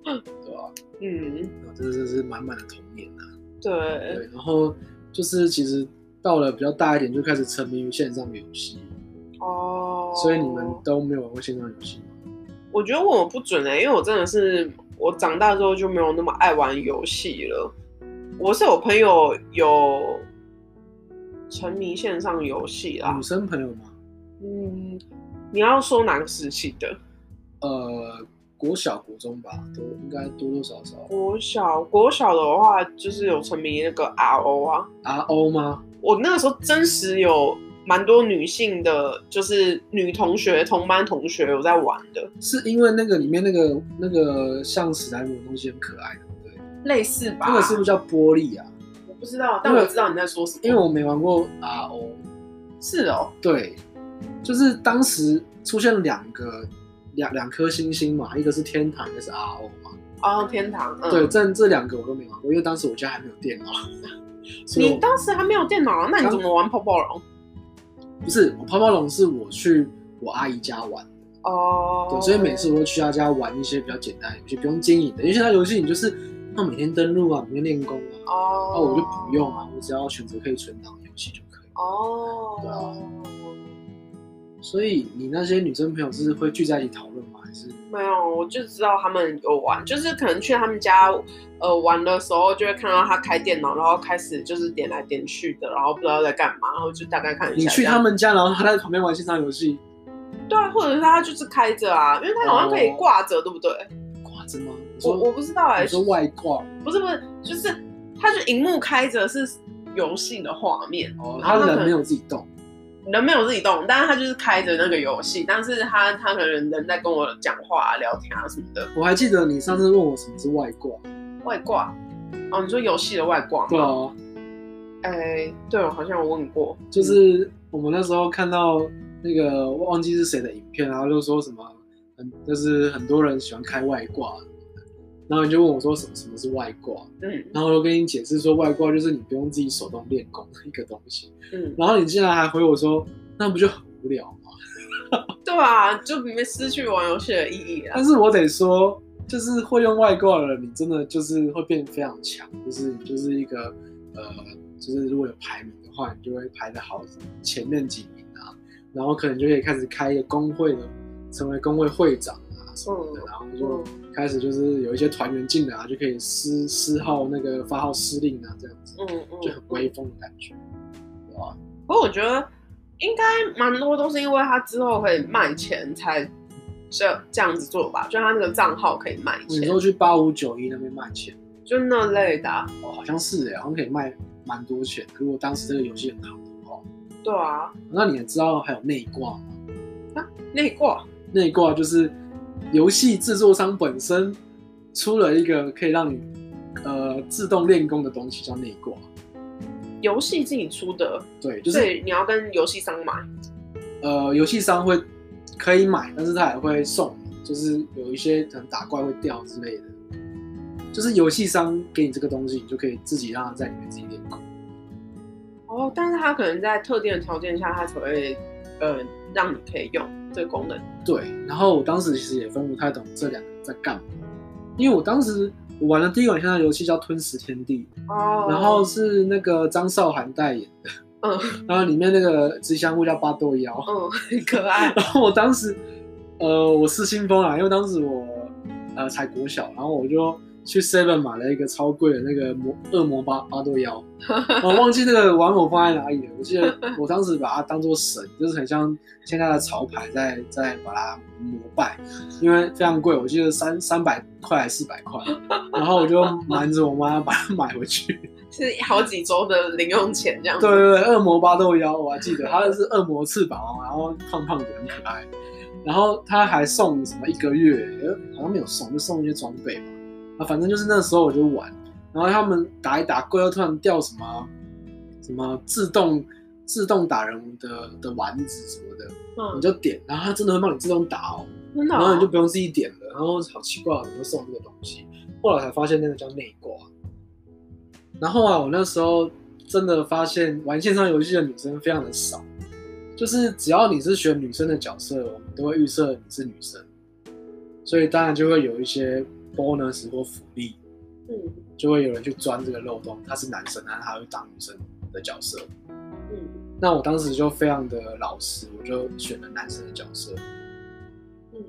Speaker 1: 对吧、
Speaker 2: 嗯，
Speaker 1: 然后真的是满满的童年啊。
Speaker 2: 对，
Speaker 1: 对，然后就是其实到了比较大一点，就开始沉迷于线上游戏，
Speaker 2: 哦。
Speaker 1: 所以你们都没有玩过线上游戏吗？
Speaker 2: 我觉得我不准哎、因为我真的是我长大之后就没有那么爱玩游戏了。我是有朋友有沉迷线上游戏啦
Speaker 1: 女，生朋友吗？
Speaker 2: 嗯，你要说哪个时期的？
Speaker 1: 呃，国小、国中吧，都应该多多少少。
Speaker 2: 国小国小的话，就是有沉迷那个 RO 啊，
Speaker 1: R O 吗？
Speaker 2: 我那个时候真实有蛮多女性的，就是女同学、同班同学有在玩的，
Speaker 1: 是因为那个里面那个那个像史莱姆的东西很可爱，对不对？
Speaker 2: 类似吧
Speaker 1: 那个是不是叫玻璃啊？
Speaker 2: 我不知道，但我知道你在说什么，
Speaker 1: 因为我没玩过 R O，
Speaker 2: 是哦，
Speaker 1: 对，就是当时出现两个两两颗星星嘛，一个是天堂，一个是 R O 嘛。
Speaker 2: 哦，天堂，嗯、
Speaker 1: 对，这这两个我都没玩过，因为当时我家还没有电脑， [laughs] 所以
Speaker 2: 你
Speaker 1: 我
Speaker 2: 当时还没有电脑啊，那你怎么玩泡泡龙？
Speaker 1: 不是我泡泡龙是我去我阿姨家玩。
Speaker 2: 哦
Speaker 1: 对，所以每次我都去他家玩一些比较简单的游戏，不用经营的。因为现在游戏你就是要每天登录啊，每天练功啊，
Speaker 2: 哦，
Speaker 1: 那、我就不用啊，我只要选择可以存档的游戏就可以。
Speaker 2: 哦，
Speaker 1: 对啊所以你那些女生朋友是会聚在一起讨论吗？还是
Speaker 2: 没有，我就知道他们有玩，就是可能去他们家，呃，玩的时候就会看到他开电脑，然后开始就是点来点去的，然后不知道在干嘛，然后就大概看一
Speaker 1: 你
Speaker 2: 下。
Speaker 1: 去他？们家，然后他在旁边玩线上游戏，
Speaker 2: 对啊，或者是他就是开着啊，因为他好像可以挂着，对不对？
Speaker 1: 挂着吗？你
Speaker 2: 我
Speaker 1: 说
Speaker 2: 我不知道哎、
Speaker 1: 你说外挂
Speaker 2: 不是不是，就是他就荧幕开着是游戏的画面，
Speaker 1: 哦，
Speaker 2: 然
Speaker 1: 他
Speaker 2: 后可能
Speaker 1: 人没有自己动，
Speaker 2: 人没有自己动，但是他就是开着那个游戏，但是他他可能人在跟我讲话、啊、聊天啊什么的，
Speaker 1: 我还记得你上次问我什么是外挂，
Speaker 2: 外挂。哦，你说游戏的外挂
Speaker 1: 对
Speaker 2: 吗？
Speaker 1: 啊，
Speaker 2: 哎、对哦，好像有问过，
Speaker 1: 就是我们那时候看到那个我忘记是谁的影片，然后就说什么很就是很多人喜欢开外挂，然后你就问我说什么什么是外挂，
Speaker 2: 嗯
Speaker 1: 然后我就跟你解释说外挂就是你不用自己手动练功的一个东西，
Speaker 2: 嗯，
Speaker 1: 然后你竟然还回我说那不就很无聊吗？
Speaker 2: 对啊，就里面失去玩游戏的意义啊了。
Speaker 1: 但是我得说，就是会用外挂的人，你真的就是会变非常强，就是你就是一个呃，就是如果有排名的话，你就会排的好前面几名啊，然后可能就可以开始开一个工会的，成为工会会长啊什么的，
Speaker 2: 嗯
Speaker 1: 然后就
Speaker 2: 嗯
Speaker 1: 开始就是有一些团员进来啊，就可以施施号那个发号施令啊，这样子
Speaker 2: 嗯
Speaker 1: 就
Speaker 2: 嗯
Speaker 1: 很，威风的感觉，对吧？
Speaker 2: 不过我觉得应该蛮多都是因为他之后可以卖钱才这这样子做吧，就他那个账号可以卖
Speaker 1: 你
Speaker 2: 钱，
Speaker 1: 说去八五九一那边卖钱，
Speaker 2: 就那类的、啊。
Speaker 1: 哦，好像是哎，好像可以卖蛮多钱，如果当时这个游戏很好的话。
Speaker 2: 对啊，
Speaker 1: 那你也知道还有内挂吗？
Speaker 2: 内挂
Speaker 1: 内挂就是游戏制作商本身出了一个可以让你呃自动练功的东西，叫内挂。
Speaker 2: 游戏自己出的，
Speaker 1: 对，就
Speaker 2: 所
Speaker 1: 是
Speaker 2: 以你要跟游戏商买。
Speaker 1: 呃游戏商会可以买，但是他也会送你，就是有一些可能打怪会掉之类的。就是游戏商给你这个东西，你就可以自己让它在里面自己练功。
Speaker 2: 哦，但是他可能在特定的条件下，他才会呃让你可以用这个功能。
Speaker 1: 对，然后我当时其实也分不太懂这两个在干嘛，因为我当时我玩的第一款线上游戏叫《吞食天地》，
Speaker 2: 哦，
Speaker 1: 然后是那个张韶涵代言的，
Speaker 2: 嗯
Speaker 1: [laughs] 然后里面那个吉祥物叫八豆妖，
Speaker 2: 嗯， [laughs] 很可
Speaker 1: [laughs]
Speaker 2: 爱。
Speaker 1: 然后我当时，呃，我失心疯了，因为当时我呃才国小，然后我就去 Seven 买了一个超贵的那个魔恶魔八八豆
Speaker 2: [laughs]
Speaker 1: 妖，我忘记那个玩偶放在哪里了，我记得我当时把它当做神，就是很像现在的潮牌在在把它膜拜，因为非常贵，我记得三三百块还是四百块，然后我就瞒着我妈把它买回去。
Speaker 2: 是好几周的零用钱 [laughs] 这样子。
Speaker 1: 对对对，恶魔巴豆妖我还记得，他是恶魔翅膀，然后胖胖的很可爱，然后他还送什么一个月，呃好像没有送，就送一些装备嘛。啊，反正就是那时候我就玩，然后他们打一打怪，又突然掉什么什么自动自动打人的的丸子什么的，你
Speaker 2: 嗯，
Speaker 1: 就点，然后它真的会帮你自动打哦。
Speaker 2: 真的、
Speaker 1: 然后你就
Speaker 2: 哦。
Speaker 1: 不用自己点了。然后好奇怪，怎哦么会送这个东西？后来才发现那个叫内挂。然后啊，我那时候真的发现玩线上游戏的女生非常的少，就是只要你是选女生的角色，我们都会预设你是女生，所以当然就会有一些 bonus 或福利，
Speaker 2: 嗯
Speaker 1: 就会有人去钻这个漏洞，他是男生，但是他会当女生的角色。
Speaker 2: 嗯
Speaker 1: 那我当时就非常的老实，我就选了男生的角色。
Speaker 2: 嗯，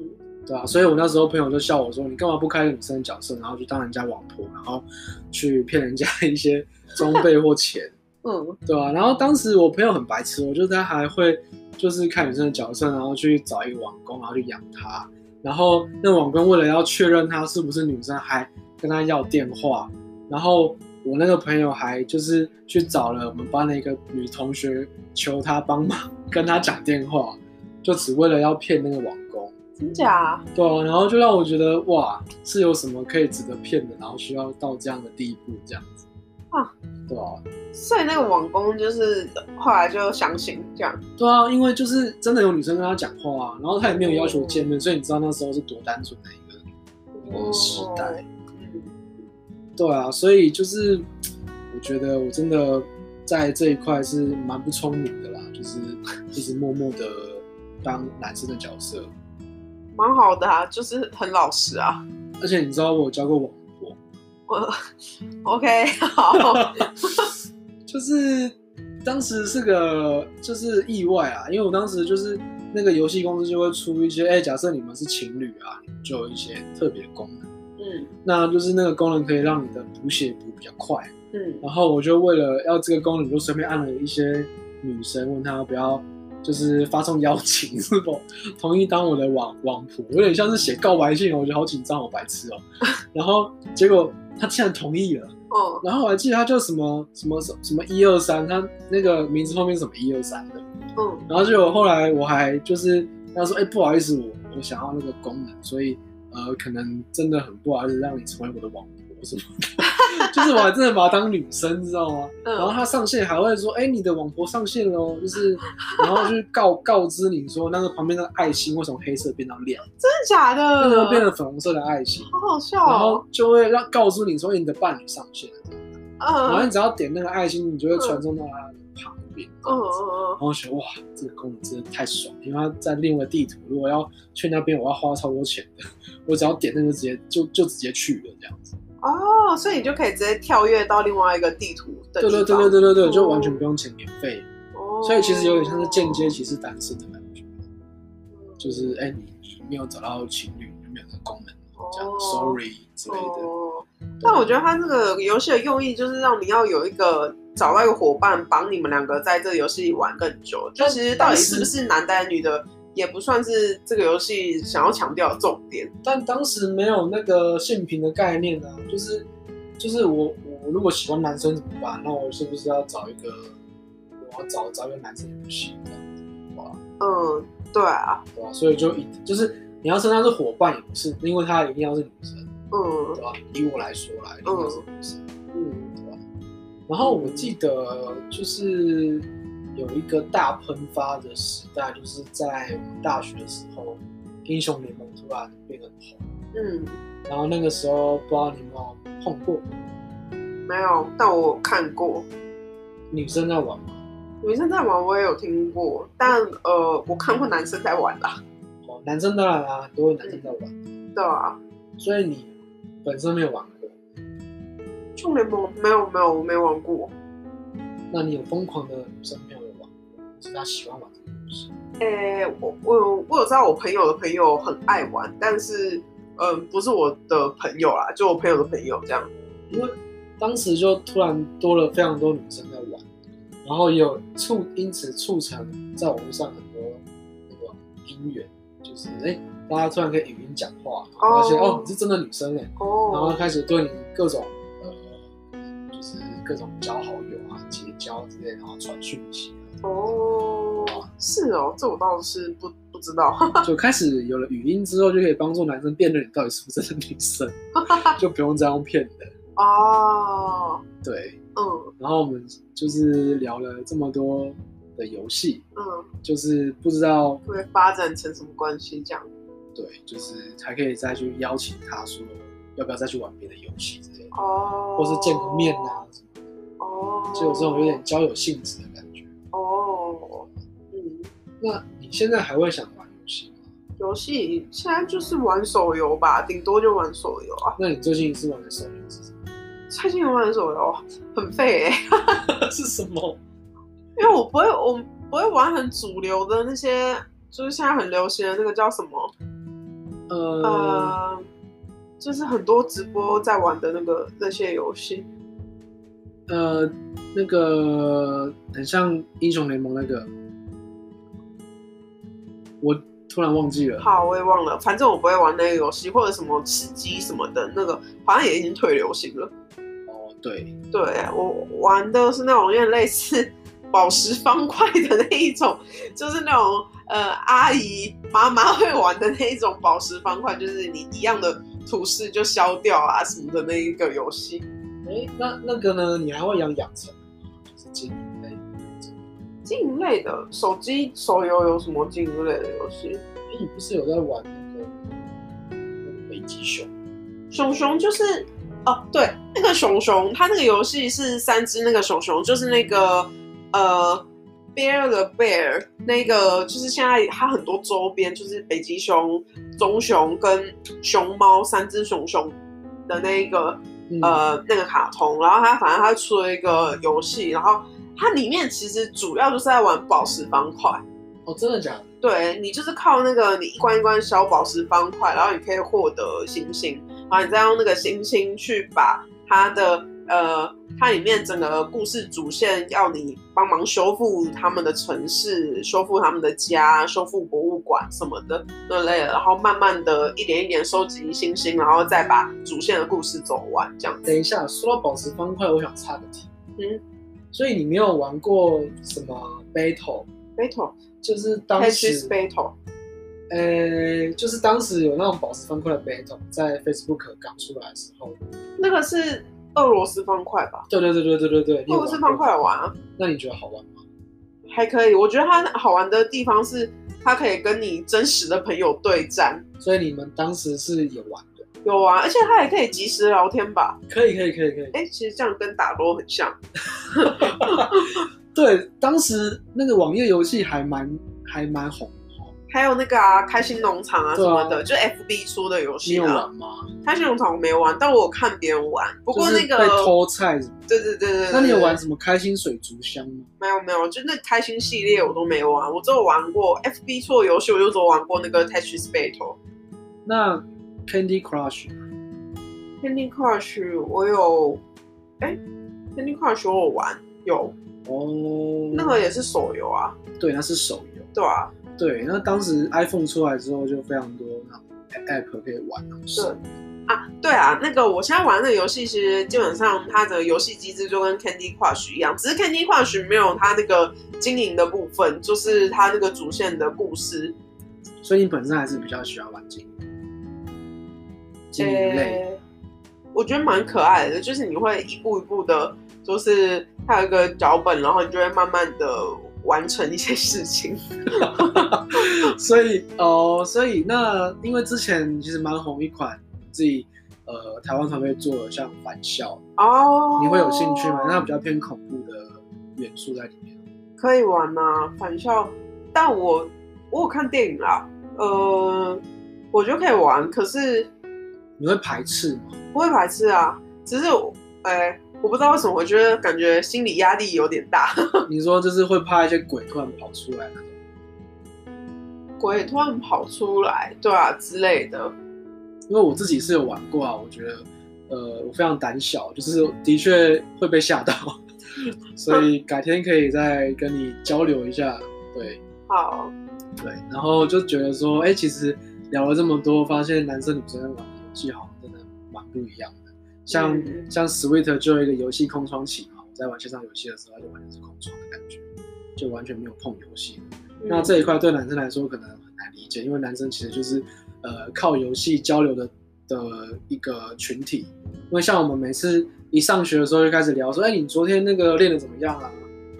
Speaker 1: 对啊，所以我那时候朋友就笑我说：“你干嘛不开个女生的角色，然后去当人家网婆，然后去骗人家一些装备或钱，
Speaker 2: 嗯，
Speaker 1: 对啊？”然后当时我朋友很白痴，我觉得他还会就是开女生的角色，然后去找一个网工，然后去养她。然后那网工为了要确认她是不是女生，还跟她要电话。然后我那个朋友还就是去找了我们班的一个女同学，求她帮忙跟她讲电话，就只为了要骗那个网工。
Speaker 2: 真假？
Speaker 1: 对啊，然后就让我觉得哇，是有什么可以值得骗的，然后需要到这样的地步这样子
Speaker 2: 啊，
Speaker 1: 对啊，
Speaker 2: 所以那个网工就是后来就相信这样。
Speaker 1: 对啊，因为就是真的有女生跟他讲话啊，然后他也没有要求见面，所以你知道那时候是多单纯的一个一个时
Speaker 2: 哦
Speaker 1: 代，
Speaker 2: 嗯
Speaker 1: 对啊，所以就是我觉得我真的在这一块是蛮不聪明的啦，就是一直默默的当男生的角色，
Speaker 2: 蛮好的啊，就是很老实啊。 [laughs]
Speaker 1: 而且你知道我有教过网啊婆，
Speaker 2: 我 OK
Speaker 1: [laughs]
Speaker 2: 好，
Speaker 1: 就是当时是个就是意外啊，因为我当时就是那个游戏公司就会出一些，哎、假设你们是情侣啊，你们就有一些特别的功能，
Speaker 2: 嗯
Speaker 1: 那就是那个功能可以让你的补血补比较快。
Speaker 2: 嗯
Speaker 1: 然后我就为了要这个功能，就随便按了一些女生，问她要不要。就是发送邀请， [laughs] 是否同意当我的网网仆？有点像是写告白信哦，我觉得好紧张，好白痴哦。然后结果她竟然同意了，
Speaker 2: 哦
Speaker 1: 然后我还记得他叫什么什么什么一二三，他那个名字后面是什么一二三的。
Speaker 2: 嗯
Speaker 1: 然后就后来我还就是跟他说，哎、不好意思，我我想要那个功能，所以呃，可能真的很不好意思让你成为我的网婆什么的， [laughs] 就是我还真的把她当女生，知道吗？然后
Speaker 2: 嗯，
Speaker 1: 他上线还会说，哎、你的网婆上线了哦，就是然后就是告告知你说那个旁边的爱心为什么黑色变到亮，
Speaker 2: 真的假
Speaker 1: 为什么
Speaker 2: 的？
Speaker 1: 变成粉红色的爱心，
Speaker 2: 好好笑
Speaker 1: 然后
Speaker 2: 哦。
Speaker 1: 就会让告诉你说，哎、你的伴侣上线了。然后
Speaker 2: 嗯
Speaker 1: 你只要点那个爱心，你就会传送到他的旁边。
Speaker 2: 嗯嗯
Speaker 1: 然
Speaker 2: 嗯，
Speaker 1: 后我觉得哇，这个功能真的太爽了，因为它在另外地图，如果要去那边，我要花超多钱的，我只要点那个直接就就直接去了这样子。
Speaker 2: 哦，所以你就可以直接跳跃到另外一个地图的
Speaker 1: 对
Speaker 2: 地
Speaker 1: 对对
Speaker 2: 方。
Speaker 1: 对对对对，
Speaker 2: 哦
Speaker 1: 就完全不用钱，免费。
Speaker 2: 哦
Speaker 1: 所以其实有点像是间接歧视单身的感觉，就是哎、你你没有找到情侣，你没有这个功能，这样、
Speaker 2: 哦
Speaker 1: sorry 之类的。
Speaker 2: 哦，但我觉得它这个游戏的用意就是让你要有一个找到一个伙伴，帮你们两个在这个游戏里玩更久。就其实到底是不是男的女的，也不算是这个游戏想要强调的重点。
Speaker 1: 但当时没有那个性平的概念啊，就是就是我我如果喜欢男生怎么办？那我是不是要找一个我要找找一个男生游戏这样子，
Speaker 2: 嗯，对啊，
Speaker 1: 对吧、所以就一就是你要称他是伙伴也不是，因为他一定要是女生，
Speaker 2: 嗯
Speaker 1: 对吧、以我来说啦，一定要是女生。
Speaker 2: 嗯，
Speaker 1: 然后我记得就是有一个大喷发的时代，就是在我们大学的时候，英雄联盟突然变得很红。
Speaker 2: 嗯，
Speaker 1: 然后那个时候不知道你有没有碰过
Speaker 2: 没有，但我看过
Speaker 1: 女生在玩吗？
Speaker 2: 女生在玩，嗯我也有听过，但呃，我看过男生在玩啦。
Speaker 1: 哦，男生当然啦、很多男生在玩，
Speaker 2: 对啊，
Speaker 1: 所以你本身没有玩过，
Speaker 2: 英雄联盟没有没有，我没玩过。
Speaker 1: 那你有疯狂的女生朋友有玩过，是他喜欢玩这个游戏。
Speaker 2: 诶、我我我有知道我朋友的朋友很爱玩，但是嗯，不是我的朋友啦，就我朋友的朋友这样。
Speaker 1: 因为当时就突然多了非常多女生在玩，然后也有促因此促成在网络上很多那个姻缘，就是哎、诶大家突然可以语音讲话，然后发现
Speaker 2: 哦
Speaker 1: 哦你是真的女生哎、然后
Speaker 2: 哦，
Speaker 1: 开始对你各种呃就是各种交好友啊、结交之类，然后传讯息啊，
Speaker 2: 哦，是哦，这我倒是不不知道。 [laughs]
Speaker 1: 啊 [laughs] 就开始有了语音之后，就可以帮助男生辨认你到底是不是真的女生， [laughs] 就不用再用骗的。
Speaker 2: 哦，
Speaker 1: 对，
Speaker 2: 嗯
Speaker 1: 然后我们就是聊了这么多的游戏，
Speaker 2: 嗯，
Speaker 1: 就是不知道
Speaker 2: 会发展成什么关系这样？
Speaker 1: 对，就是还可以再去邀请他说要不要再去玩别的游戏之类的，
Speaker 2: 哦，
Speaker 1: 或是见个面啊，什么的，
Speaker 2: 哦，
Speaker 1: 就有这种有点交友性质的感觉。
Speaker 2: 哦，嗯，
Speaker 1: 那你现在还会想玩游戏吗？
Speaker 2: 游戏现在就是玩手游吧，顶多就玩手游啊。
Speaker 1: 那你最近是玩的手游是什么？
Speaker 2: 最近玩手游很废哎、
Speaker 1: [laughs] 是什么？
Speaker 2: 因为我不会，我不会玩很主流的那些，就是现在很流行的那个叫什么？
Speaker 1: 呃，
Speaker 2: 呃，就是很多直播在玩的那个那些游戏。
Speaker 1: 呃，那个很像英雄联盟那个，我突然忘记了。
Speaker 2: 好，我也忘了，反正我不会玩那个游戏，或者什么吃鸡什么的，那个好像也已经退流行了。
Speaker 1: 哦，对，
Speaker 2: 对我玩的是那种有点类似 [laughs] 宝石方块的那一种，就是那种呃阿姨妈妈会玩的那一种宝石方块，就是你一样的图示就消掉啊什么的那一个游戏。
Speaker 1: 哎，那那个呢？你还会养养成吗？就是经营类。
Speaker 2: 经营类的手机手游有什么经营类的游戏？
Speaker 1: 哎，你不是有在玩那个那个北极熊？
Speaker 2: 熊熊就是哦，对，那个熊熊，它那个游戏是三只那个熊熊，就是那个呃，Bear the Bear 那个，就是现在它很多周边，就是北极熊、棕熊跟熊猫三只熊熊的那一个
Speaker 1: 嗯，
Speaker 2: 呃那个卡通，然后它反正它出了一个游戏，然后它里面其实主要就是在玩宝石方块。
Speaker 1: 哦，真的假的？
Speaker 2: 对你就是靠那个你一关一关消宝石方块，然后你可以获得星星，然后你再用那个星星去把它的呃它里面整个故事主线要你帮忙修复他们的城市、修复他们的家、修复博物馆什么的那类的，然后慢慢的一点一点收集星星，然后再把主线的故事走完这样子。
Speaker 1: 等一下，说到宝石方块，我想插个题。
Speaker 2: 嗯，
Speaker 1: 所以你没有玩过什么 battle，
Speaker 2: battle
Speaker 1: 就是当
Speaker 2: Tetris
Speaker 1: 时，
Speaker 2: battle
Speaker 1: 呃，就是当时有那种宝石方块的 battle，在 Facebook 刚出来的时候。
Speaker 2: 那个是俄罗斯方块吧？
Speaker 1: 对对对对对对对，你
Speaker 2: 俄
Speaker 1: 有
Speaker 2: 罗斯
Speaker 1: 玩
Speaker 2: 方
Speaker 1: 过？
Speaker 2: 块有玩啊。
Speaker 1: 那你觉得好玩吗？
Speaker 2: 还可以，我觉得它好玩的地方是，它可以跟你真实的朋友对战，
Speaker 1: 所以你们当时是有玩的？
Speaker 2: 有啊，而且它也可以即时聊天吧？
Speaker 1: 可以可以可以可以。
Speaker 2: 哎、其实这样跟打撸很像，
Speaker 1: 对，当时那个网页游戏还蛮还蛮红的哦。
Speaker 2: 还有那个啊，开心农场啊什
Speaker 1: 对啊
Speaker 2: 么的，就 FB 出的游
Speaker 1: 你
Speaker 2: 戏
Speaker 1: 有
Speaker 2: 啊。
Speaker 1: 玩吗？
Speaker 2: 开心农场我没玩，但我有看别人玩。不过那
Speaker 1: 就是被
Speaker 2: 个，
Speaker 1: 偷菜什么的。
Speaker 2: 对对对对对，
Speaker 1: 那你有玩
Speaker 2: 对？
Speaker 1: 什么开心水族箱吗？
Speaker 2: 没有没有，就那开心系列我都没玩，我只有玩过 FB 出的游戏，我就只有玩过那个 Tetris Battle。
Speaker 1: 那 Candy Crush
Speaker 2: Candy Crush 我有，哎、c a n d y Crush 我有玩，有
Speaker 1: 哦，
Speaker 2: 那个也是手游啊，
Speaker 1: 对，那是手游。
Speaker 2: 对啊，
Speaker 1: 对，那当时 iPhone 出来之后，就非常多那种 app 可以玩，
Speaker 2: 对啊，对啊，那个我现在玩的游戏，其实基本上它的游戏机制就跟 Candy Crush 一样，只是 Candy Crush 没有它那个经营的部分，就是它那个主线的故事。
Speaker 1: 所以你本身还是比较喜欢玩经营经营类。 [laughs]
Speaker 2: 呃我觉得蛮可爱的，就是你会一步一步的，就是它有一个脚本，然后你就会慢慢的完成一些事情。
Speaker 1: 所以哦，所以那因为之前其实蛮红一款自己呃台湾团队做的像返校，
Speaker 2: 哦，
Speaker 1: 你会有兴趣吗？那比较偏恐怖的元素在里面。
Speaker 2: 可以玩呐、返校。但我我有看电影啦，呃，我觉得可以玩，可是
Speaker 1: 你会排斥吗？ [laughs]
Speaker 2: 不会排斥啊，只是我，哎、我不知道为什么，我觉得感觉心理压力有点大。
Speaker 1: 你说就是会怕一些鬼突然跑出来那种。
Speaker 2: 鬼突然跑出来，对啊之类的。
Speaker 1: 因为我自己是有玩过啊，我觉得，呃，我非常胆小，就是的确会被吓到， [laughs] 所以改天可以再跟你交流一下，对
Speaker 2: 好，
Speaker 1: 对，然后就觉得说，哎、其实聊了这么多，发现男生女生玩的游戏好像真的蛮不一样的，像、
Speaker 2: 嗯
Speaker 1: 像 Sweet 就有一个游戏空窗期嘛，在玩线上游戏的时候，他就完全是空窗的感觉，就完全没有碰游戏。
Speaker 2: 嗯
Speaker 1: 那这一块对男生来说可能很难理解，因为男生其实就是呃靠游戏交流的的一个群体。因为像我们每次一上学的时候就开始聊说，哎、你昨天那个练的怎么样啊？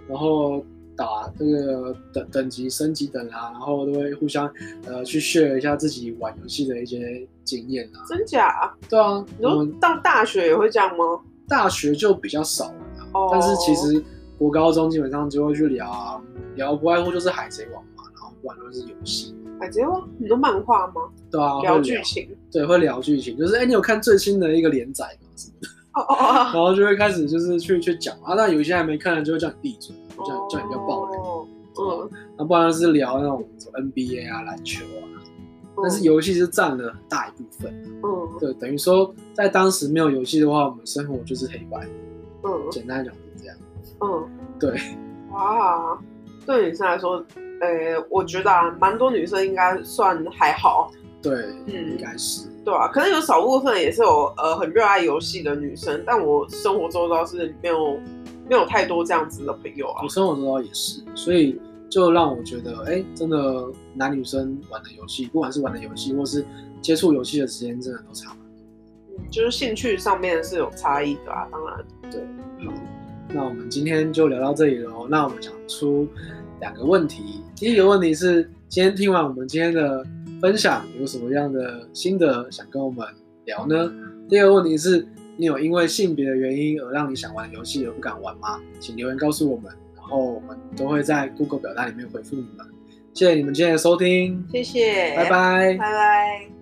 Speaker 1: 然后打这个等等级升级等啊，然后都会互相呃去 share 一下自己玩游戏的一些经验啊。
Speaker 2: 真假？
Speaker 1: 对啊，
Speaker 2: 你
Speaker 1: 我
Speaker 2: 说
Speaker 1: 们
Speaker 2: 到大学也会这样吗？
Speaker 1: 大学就比较少了啦、
Speaker 2: 哦
Speaker 1: 但是其实国高中基本上就会去聊啊，聊不外乎就是海贼王嘛，然后不然就是游戏，
Speaker 2: 海贼王，你说漫画吗？
Speaker 1: 对啊，会
Speaker 2: 聊剧情？
Speaker 1: 对，会聊剧情，就是哎、你有看最新的一个连载吗？什么的，
Speaker 2: 哦哦哦
Speaker 1: 然
Speaker 2: 哦，
Speaker 1: 后就会开始就是去去讲啊，那有一些还没看的就会叫你闭嘴，就叫你叫你不要爆雷，
Speaker 2: 哦
Speaker 1: 嗯
Speaker 2: 嗯，
Speaker 1: 那不然就是聊那种什么 NBA 啊、篮球啊，
Speaker 2: 嗯，
Speaker 1: 但是游戏是占了很大一部分，
Speaker 2: 嗯
Speaker 1: 对，等于说在当时没有游戏的话，我们生活就是黑白，
Speaker 2: 嗯
Speaker 1: 简单讲就是这样，
Speaker 2: 嗯，
Speaker 1: 对，
Speaker 2: 哇，对女生来说，呃，我觉得啊，蛮多女生应该算还好，
Speaker 1: 对，
Speaker 2: 嗯
Speaker 1: 应该是。
Speaker 2: 对啊，可能有少部分也是有呃很热爱游戏的女生，但我生活周遭是没有没有太多这样子的朋友啊
Speaker 1: 我。生活周遭也是，所以就让我觉得，哎、真的男女生玩的游戏，不管是玩的游戏，或是接触游戏的时间，真的都差蛮
Speaker 2: 嗯就是兴趣上面是有差异的啊，当然，
Speaker 1: 多。好，那我们今天就聊到这里喽。那我们想出两个问题，第一个问题是，今天听完我们今天的分享，有什么样的心得想跟我们聊呢？第二个问题是，你有因为性别的原因而让你想玩的游戏而不敢玩吗？请留言告诉我们，然后我们都会在 Google 表单里面回复你们。谢谢你们今天的收听，
Speaker 2: 谢谢，
Speaker 1: 拜拜
Speaker 2: 拜拜。